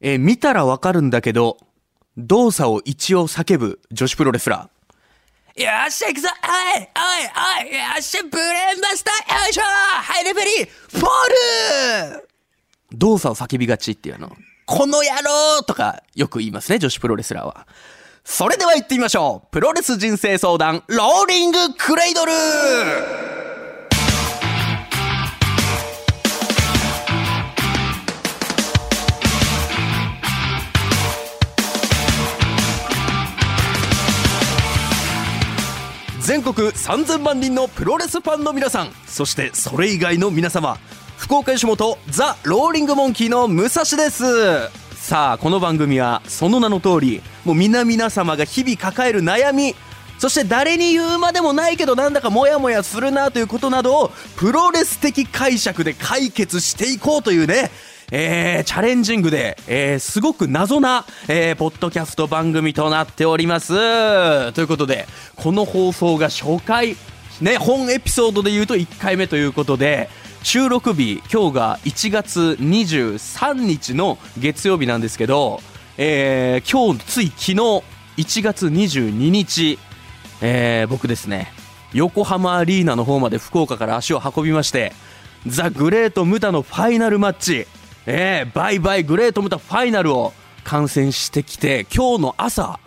えー見たらわかるんだけど、動作を一応叫ぶ女子プロレスラー。よっしゃ行くぞおいおいおいよっしゃブレーンバスターよいしょハイレベリーフォール動作を叫びがちっていうあの、この野郎とかよく言いますね、女子プロレスラーは。それでは行ってみましょうプロレス人生相談、ローリングクレイドル全国3000万人のプロレスファンの皆さんそしてそれ以外の皆様福岡吉本ザ・ローリングモンキーの武蔵ですさあこの番組はその名の通りもう皆々様が日々抱える悩みそして誰に言うまでもないけどなんだかモヤモヤするなということなどをプロレス的解釈で解決していこうというねえーチャレンジングで、えーすごく謎な、えーポッドキャスト番組となっております。ということで、この放送が初回、ね、本エピソードで言うと1回目ということで、収録日、今日が1月23日の月曜日なんですけど、えー今日、つい昨日、1月22日、えー僕ですね、横浜アリーナの方まで福岡から足を運びまして、ザ・グレート・ムタのファイナルマッチ、えーバイバイ・グレート・ムタファイナルを観戦してきて、今日の朝、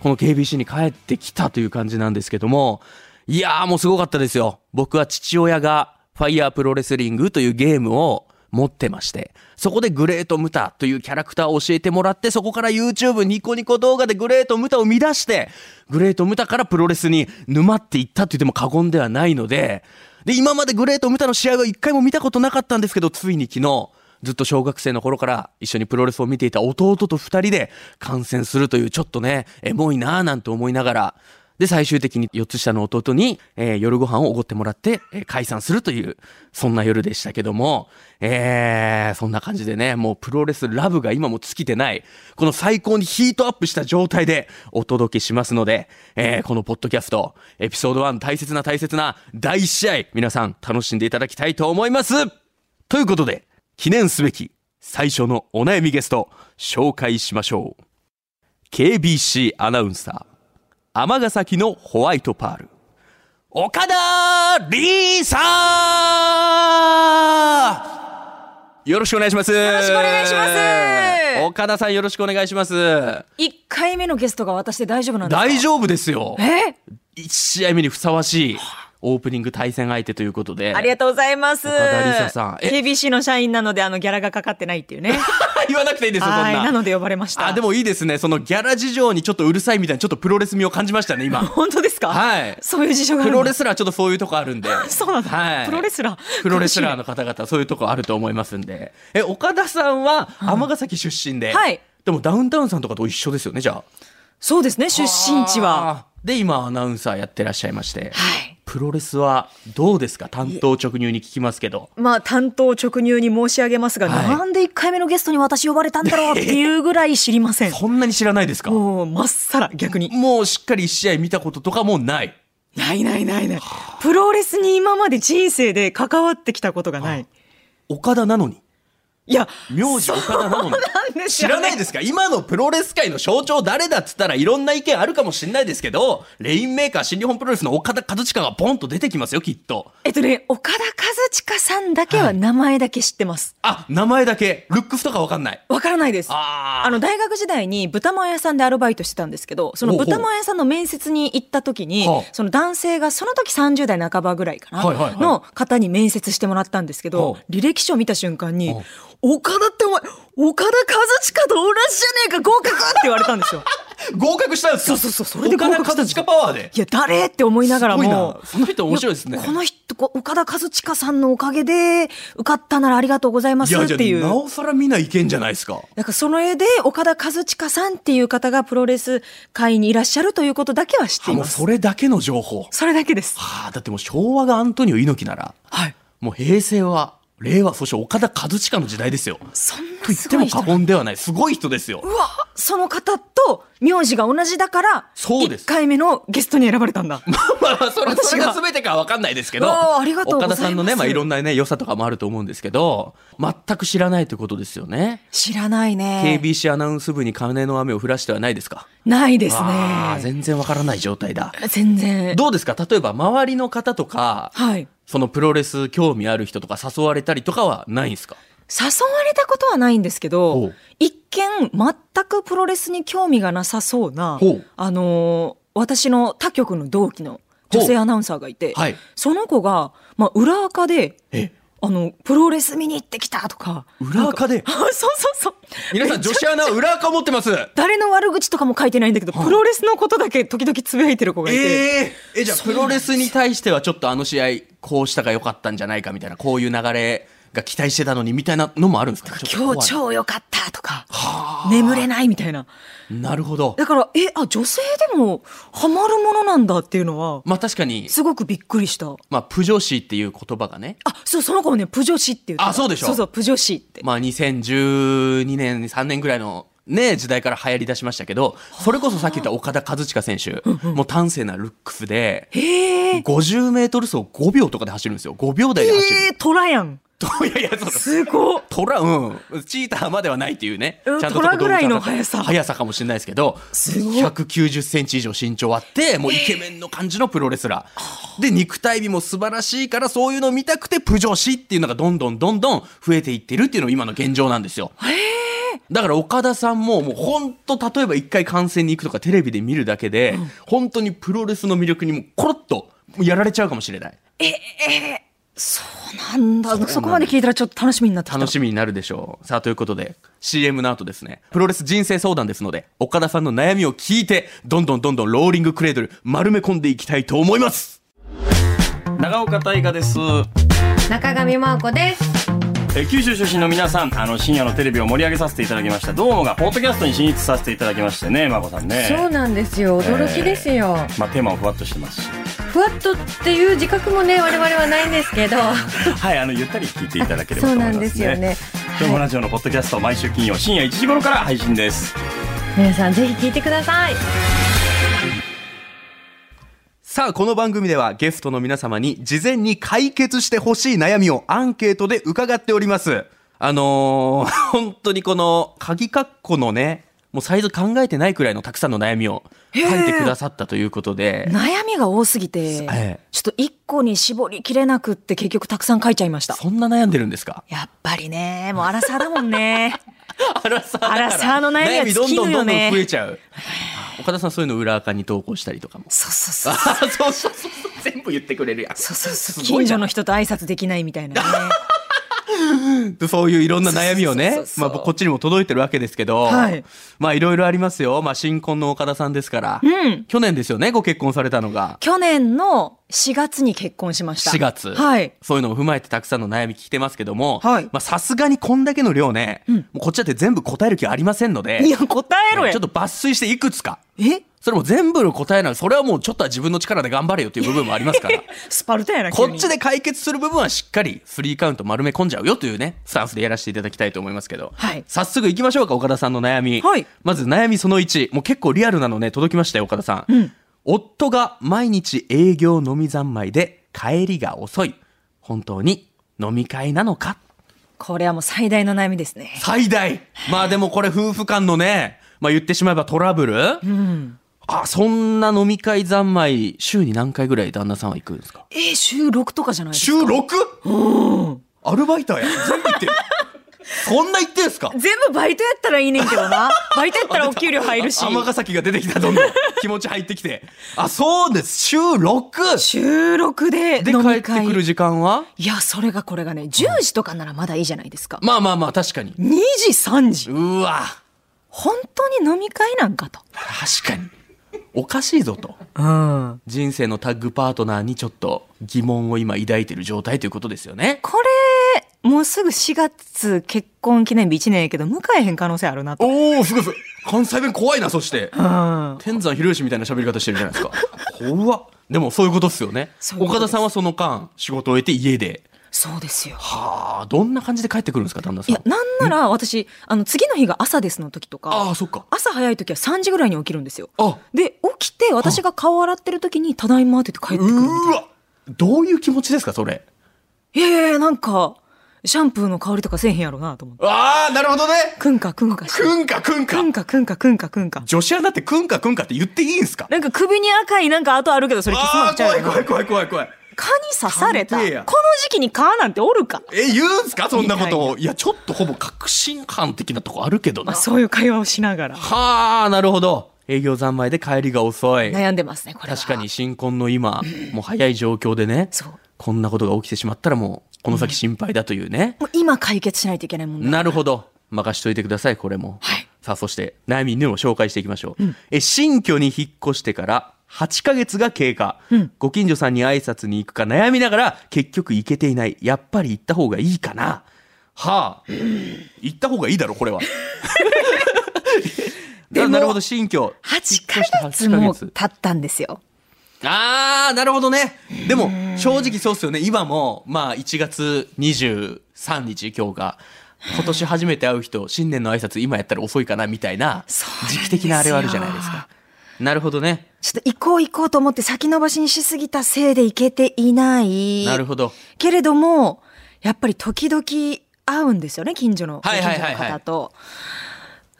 この KBC に帰ってきたという感じなんですけども、いやーもうすごかったですよ。僕は父親がファイヤープロレスリングというゲームを持ってまして、そこでグレートムタというキャラクターを教えてもらって、そこから YouTube ニコニコ動画でグレートムタを見出して、グレートムタからプロレスに沼っていったと言っても過言ではないので、で、今までグレートムタの試合は一回も見たことなかったんですけど、ついに昨日、ずっと小学生の頃から一緒にプロレスを見ていた弟と二人で観戦するというちょっとね、エモいなぁなんて思いながら、で、最終的に4つ下の弟に、えー夜ご飯をおごってもらって、えー解散するという、そんな夜でしたけども、えー、そんな感じでね、もうプロレスラブが今も尽きてない、この最高にヒートアップした状態でお届けしますので、えーこのポッドキャスト、エピソード1大切な大切な第1試合、皆さん楽しんでいただきたいと思いますということで、記念すべき最初のお悩みゲスト、紹介しましょう。KBC アナウンサー、尼崎のホワイトパール、岡田リーサーよろしくお願いします。よろしくお願いします岡田さんよろしくお願いします。 1回目のゲストが私で大丈夫なんですか大丈夫ですよ。え1試合目にふさわしいオープニング対戦相手ということで。ありがとうございます。岡田理沙さんえ KBC の社員なので、あの、ギャラがかかってな いっていうね。言わなくていいですよ、そんはい。な。なので呼ばれました。あ、でもいいですね。そのギャラ事情にちょっとうるさいみたいな、ちょっとプロレス味を感じましたね、今。本当ですかはいそういう事情があプるんだロレスラーちょっとそういうとこあるんで。 そうなんだ。はい。プロレスラー。 プロレスラーー。の方々、そういうとこあると思いますんで。え、岡田さんは尼崎出身で。はい。でもダウンタウンさんとかと一緒ですよね、じゃあ。そうですね、出身地は。あー。で、今アナウンサーやってらっしゃいまして。はい。プロレスはどうですか担当直入に聞きますけど。まあ、担当直入に申し上げますが、はいなんで1回目のゲストに私呼ばれたんだろうっていうぐらい知り ません。そんなに知らないですかもう、まっさら、逆に。もうしっかり一試合見たこととかもう ない。ないないないない。プロレスに今まで人生で関わってきたことがない。岡田なのに。いや、名字岡田なのに。なんです知よねらないですか今のプロレス界の象徴誰だっつったらいろんな意見あるかもしれないですけど、レインメーカー新日本プロレスの岡田和親がボンと出てきますよ、きっと。えっとね、岡田和親さんだけは名前だけ知ってます。あ、名前だけ、ルックスとかわかんない。わからないです。あーの、大学時代に豚まん屋さんでアルバイトしてたんですけど、そのほうほう豚まん屋さんの面接に行った時にはあ、その男性が、その時30代半ばぐらいかな、はいはいはいの方に面接してもらったんですけどはあ、履歴書を見た瞬間にはあ、岡田ってお前、岡田和親と同じじゃねえか合格って言われた んですよ。合格したんですかそうそうそうそれで岡合田格した和親んですパワーで。いや、誰って思いながらすごいなも。その人面白いですねやこの人、こ岡田和親さんのおかげで、受かったならありがとうございますっていう。なおさら見ない意見じゃないですか。なんかその絵で岡田和親さんっていう方がプロレス界にいらっしゃるということだけは知っていもまうす。それだけの情報。それだけです。はあ、だってもう昭和がアントニオ猪木なら、はい。もう平成は、令和、そして岡田和親の時代ですよ。そんとな言っすてごもい人過。言ではない。すごい人ですよ。うわその方と名字が同じだから、そうです1回目のゲストに選ばれたん だ。 まあまあそれ私それがが全てかわかんないですけどわあありがとう岡ございま田すさんのね、まあ、いろんなね良さとかもあると思うんですけど全く知らないということですよね、知らないね。 KBC アナウンス部に金の雨を降らしてはないですかないですあーね。全然わからない状態だ全然。どうですか例えば周りの方とかはい。そのプロレス興味ある人とか誘われたりとかはないんですか誘われたことはないんですけほどう、一見全くプロレスに興味がなさそうなほう、あのー私の他局の同期の女性アナウンサーがいて、はいその子が、まあ、裏垢でえ、あの、プロレス見に行ってきたとか。裏垢でなんか そうそうそう。皆さん女子アナは裏垢持ってます誰の悪口とかも書いてないんだけど、プロレスのことだけ時々つぶやいてる子がいて。えー、えじゃあプロレスに対してはちょっとあの試合こうしたが良かったんじゃないかみたいなこういう流れが期待してたのにみたいなのもあるんですかちょっと今怖い日超良かったとか、眠れないみたいな。なるほどだから、え、あ、女性でもハマるものなんだっていうのは、まあ確かに、すごくびっくりした。まあ、プジョシーっていう言葉がねあ、そう、その子もね、プジョシって言ってたあそうでしょそうそう、プジョシって。まあ2012年3年ぐらいのね時代から流行り出しましたけどそれこそさっき言った岡田和親選手もう端正なルックスでへえ。 50メートル走5秒とかで走るんですよ5秒台で走えー、トラやん。る いやいやそうそうすごっ。トラ、うん。チーターまではないっていうね。うんとトラぐらいの速さ速さかもしれないですけど、すごい190センチ以上身長あって、もうイケメンの感じのプロレスラー。で、肉体美も素晴らしいから、そういうのを見たくて、プジョシっていうのがどんどんどんどん増えていってるっていうのが今の現状なんですよ。だから岡田さんも、もう本当、例えば一回観戦に行くとかテレビで見るだけで、本当にプロレスの魅力にもうコロッとやられちゃうかもしれない。そうなんだ。そうなんそだこまで聞いたらちょっと楽しみになってきた。楽しみになるでしょう。さあ、ということで、CM の後ですね、プロレス人生相談ですので、岡田さんの悩みを聞いて、どんどんどんどんローリングクレードル、丸め込んでいきたいと思います長岡大河です中上真央子です。え九州出身の皆さんあの深夜のテレビを盛り上げさせていただきましたどうもがポッドキャストに進出させていただきましてねまこさんそうねなんですよ。驚きですよ。まあテーマもふわっとして ますしふわっとっていう自覚もね、我々はないんですけど。 はいあのゆったり聞いていただければそとう思いなます、ね、んですよね。今日もラジオのポッドキャスト毎週金曜深夜1時頃から配信です皆さんぜひ聞いてください。さあ、この番組ではゲストの皆様に事前に解決してほしい悩みをアンケートで伺っております。あのー 本当にこの、鍵括弧のね、もうサイズ考えてないくらいのたくさんの悩みを書いてくださったということで、悩みが多すぎて、ええちょっと一個に絞りきれなくって結局たくさん書いちゃいました。そんな悩んでるんですかやっぱりね、もうアラサーだもんね。 アラサーだからアラサーの悩みは尽き悩みどんどんるどよんどねん増えちゃうあ 岡田さんそういうの裏垢に投稿したりとかもそうそうそうあ。ーそうそうそう全部言ってくれるや そうそうそ う。すごい近な所の人と挨拶できないみたいなね。 んそういういろんな悩みをねそうそうまそうあこっちにも届いてるわけですけど、はいまあいろいろありますよ、まあ、新婚の岡田さんですから、うん去年ですよねご結婚されたのが去年の4月に結婚しました。 4月、はい。そういうのを踏まえてたくさんの悩み聞いてますけどもはいまあさすがにこんだけの量ね、んもうこっちだって全部答える気ありませんのでいや、答えろねよ。ちょっと抜粋していくつかえそれも全部の答えならそれはもうちょっとは自分の力で頑張れよっていう部分もありますからスパルタやな、 急こにっちで解決する部分はしっかりスリーカウント丸め込んじゃうよというねスタンスでやらせていただきたいと思いますけど、はい早速いきましょうか岡田さんの悩み、はいまず悩みその1もう結構リアルなのね届きましたよ岡田さん、夫が毎日営業飲み三昧で帰りが遅い本当に飲み会なのかこれはもう最大の悩みですね。最大まあでもこれ夫婦間のね、まあ、言ってしまえばトラブル、うん。あそんな飲み会三昧週に何回ぐらい旦那さんは行くんですかえー、収録とかじゃないです週か。6? アルバイターや全部行ってるそんな行ってんすか全部バイトやったらいいねんけど な。バイトやったらお給料入るし。尼崎が出てきたどんどん気持ち入ってきてあそうです週 6! 収録でで飲帰ってみ会くる時間はいや、それがこれがね、10時とかならまだいいじゃないですか。まあまあまあ確かに2時、3時。うわ本当に飲み会なんかと。確かにおかしいぞとうん。人生のタッグパートナーにちょっと疑問を今抱いてる状態ということですよねこれ、もうすぐ4月結婚記念日1年やけど、迎えへん可能性あるなと。おおすごいすごい関西弁怖いなそしてうん。天山広吉みたいな喋り方してるじゃないですか怖っでもそういうことっすよねそういうこと岡で田すさんはその間仕事を終えて家でそうですよ。はあどんな感じで帰ってくるんですか旦那さいんや、なんなら私、あの、次の日が朝ですの時とあか、あそっか朝早い時は3時ぐらいに起きるんですよ。あで、起きて、私が顔洗ってる時に、ただいまって言って帰ってくるみたいな。うーわどういう気持ちですかそれいやいやいやなんか、シャンプーの香りとかせえへんやろなと思って。ああなるほどねくんかくんかして。くんかくんかくんかくんかくんかくんか。女子アナってくんかくんかって言っていいんすかなんか首に赤いなんか跡あるけど、それキスマあーークちゃう怖いよな怖い怖い怖い怖い蚊に刺された。こ鑑定のや時期に蚊なんておるか。え言うんすかそんなこみとをいやちょっとほぼ確信犯的なとこあるけどまなあそういう会話をしながら。はあなるほど営業三昧で帰りが遅い悩んでますね、これは。確かに。新婚の今もう早い状況でねそう。こんなことが起きてしまったらもうこの先心配だというね、もう今解決しないといけない問題。なるほど任しといてくださいこれも、はいさあそして悩み犬を紹介していきましょう、え新居に引っ越してから8ヶ月が経過、んご近所さんに挨拶に行くか悩みながら結局行けていないやっぱり行った方がいいかなはあ行った方がいいだろ これはでもななるほど新居8引っ越してヶ月も経ったんですよ。あー、なるほどね。でも、正直そうっすよね。今も、まあ、1月23日、今日が、今年初めて会う人、新年の挨拶、今やったら遅いかな、みたいな、そうなんです時よ期的なあれはあるじゃないですか。なるほどね。ちょっと行こう行こうと思って先延ばしにしすぎたせいで行けていない。なるほど。けれども、やっぱり時々会うんですよね、近所の、はいはいはいはいご近所の方と。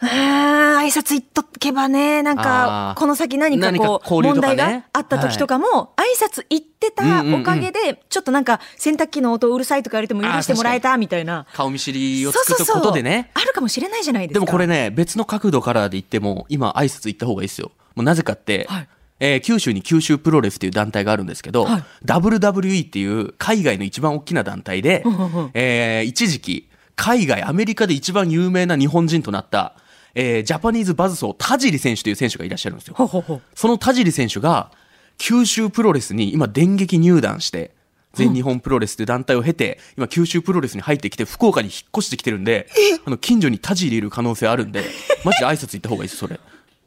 あー挨拶行っとけばね、なんあかー、この先何かこう、何か交流問とかね題があった時とかも、挨拶行ってたおかげで、ちょっとなんか、洗濯機の音うるさいとか言われても許してもらえたみたいな。顔見知りそをうそ作るうこそう。とでね。あるかもしれないじゃないですでか。もこれね、別の角度からで言っても、今、挨拶行った方がいいですよ。もうなぜかって、はいえー九州に九州プロレスっていう団体があるんですけど、はい WWE っていう海外の一番大きな団体で、 うんうんうんえー一時期、海外、アメリカで一番有名な日本人となった、えージャパニーズバズソー、田尻選手という選手がいらっしゃるんですよ。ほうほうほう。その田尻選手が、九州プロレスに今電撃入団して、全日本プロレスという団体を経て、今九州プロレスに入ってきて、福岡に引っ越してきてるんで、あの、近所に田尻いる可能性あるんで、マジで挨拶行った方がいいです、それ。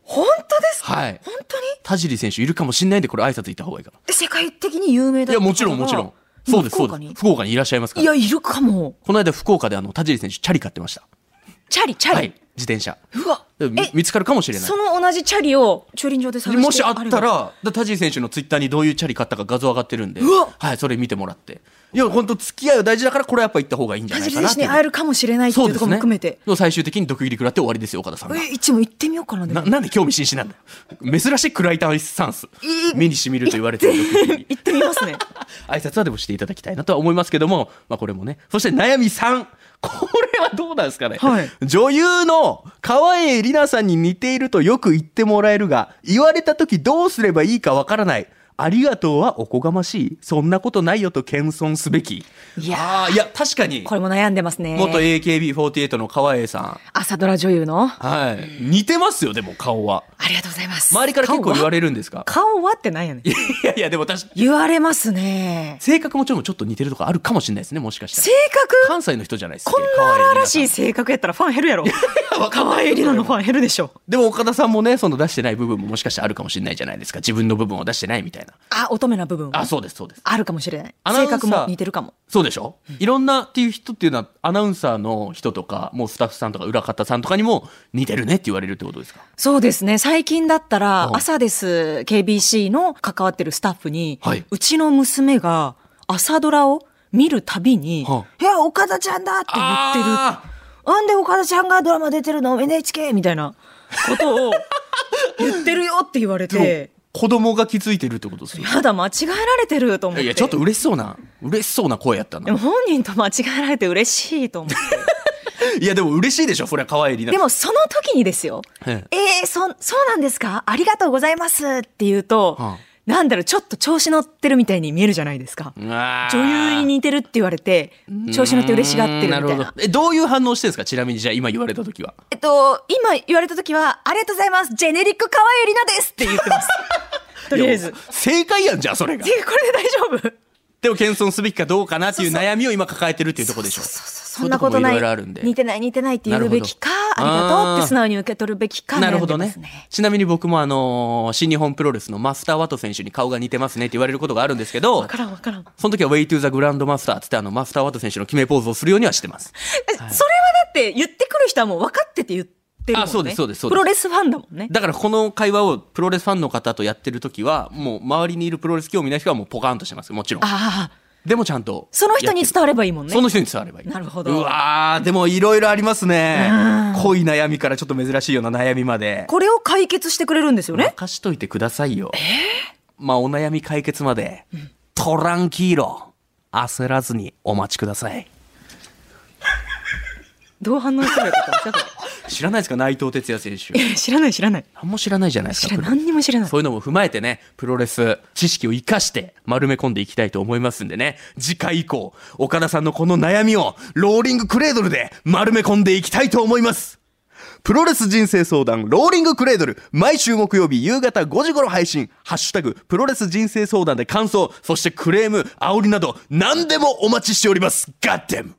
本当ですかはい。本当に田尻選手いるかもしんないんで、これ挨拶行った方がいいかな。え世界的に有名いだや、もちろんもちろん。そうです、そうです。す。福岡にいらっしゃいますかいら。や、いるかも。この間福岡であの、田尻選手チャリ買ってました。チャリ、チャリ。はい。自転車。うわ。でみえ見つかるかもしれないそ。の同じチャリを駐輪場で探してもしあったればら、だ田尻選手のツイッターにどういうチャリ買ったか画像上がってるんで、うわはい、それ見てもらって。いや、本当付き合いは大事だから、これはやっぱ行った方がいいんじゃ田ない尻かなっ選て手いにう。会えるかもしれないっていうところも含めて、そうですね最終的に毒斬り食らって終わりですよ、岡田さんが。えいつも行ってみようかなでなもなんで興味津々なんだよ。珍しい暗いタイスタンスい。目にしみると言われてる毒斬り。行ってみ ますね挨拶はでもしていただきたいなとは思いますけども、まあこれもね。そして悩み3。こ れはどうなんですかね、はい女優の川栄里奈さんに似ているとよく言ってもらえるが、言われた時どうすればいいかわからない。ありがとうはおこがましい。そんなことないよと謙遜すべき。いやあーいや、確かに。これも悩んでますね元 AKB48 の川栄さん。朝ドラ女優のはい。似てますよ、でも顔は。ありがとうございます周りから結構言われれるんですか顔はってなんやねんいやいや、でも確か言われますね性格もちょっとちょっと似てるとかあるかもしれないですね、もしかしたら性。格関西の人じゃないですこんな荒々しい性格やったらファン減るやろ可可愛い愛いな里奈のファン減るでしょでも岡田さんもねその出してない部分ももしかしてあるかもしれないじゃないですか自分の部分を出してないみたいなあ乙女な部分はあそうですそうですあるかもしれないアナウン性サー格も似てるかもそうでしょ、いろんなっていう人っていうのはアナウンサーの人とかもうスタッフさんとか裏方さんとかにも似てるねって言われるってことですかそうですね。最近だったうら、ん朝です、KBC の関わってるスタッフに、はいうちの娘が朝ドラを見るたびに、はいや、岡田ちゃんだって言ってる。なんで岡田ちゃんがドラマ出てるの ?NHK! みたいなことを言ってるよって言われでて、も子供が気づいてるってこと ですよまだ間違えられてると思っいやいて。やちょっと嬉しそうな嬉しそうな声やったでなも本人と間違えられて嬉しいと思って。いやでも嬉しいでしょそれは可愛いな でもその時にですよ、ええー、そ、そうなんですかありがとうございますって言うと、はあなんだろう、ちょっと調子乗ってるみたいに見えるじゃないですか。女女優に似てるって言われて、調子乗って嬉しがってるみたいな。るほどえどういう反応してるんですかちなみにじゃあ今言われた時はえっと、今言われた時は、ありがとうございますジェネリック川由里奈ですって言ってます。とりあえず。いでや、正解やんじゃあそれがこれで大丈夫で手を謙遜すべきかどうかなっていう悩みを今抱えてるっていうところでしょそうそうそんなことなそういうとこもいろいいろあるんで似てない似てないって言うべきかなるほあどりがとうっあーて素直に受け取るべきかなるほど悩んねでますちなみに僕もあのー新日本プロレスのマスター・ワト選手に顔が似てますねって言われることがあるんですけどわからんわからん、その時は「Way to the Grand Master」つってあのマスター・ワト選手の決めポーズをするようにはしてますえそれはだって言ってくる人はもう分かってて言ってるもんねあそうですそうですそうですプロレスファンだもんねだからこの会話をプロレスファンの方とやってる時はもう周りにいるプロレス興味ない人はもうポカンとしてますもちろんああでもちゃんとその人にやってる伝わればいいもんねその人に伝わればいいなるほどうわーでもいろいろありますね濃い悩みからちょっと珍しいような悩みまでこれを解決してくれるんですよね任しといてくださいよまあお悩み解決まで、トランキーロ焦らずにお待ちくださいどう反応するかと思ったこ知らないですか内藤哲也選手れ いや知らない知らない何も知らないじゃないです知からプロない何にも知らないそういうのも踏まえてね、プロレス知識を活かして丸め込んでいきたいと思いますんでね、次回以降、岡田さんのこの悩みをローリングクレードルで丸め込んでいきたいと思います。プロレス人生相談、ローリングクレードル、毎週木曜日夕方5時頃配信、ハッシュタグ、プロレス人生相談で感想、そしてクレーム、煽りなど、何でもお待ちしております。ガッデム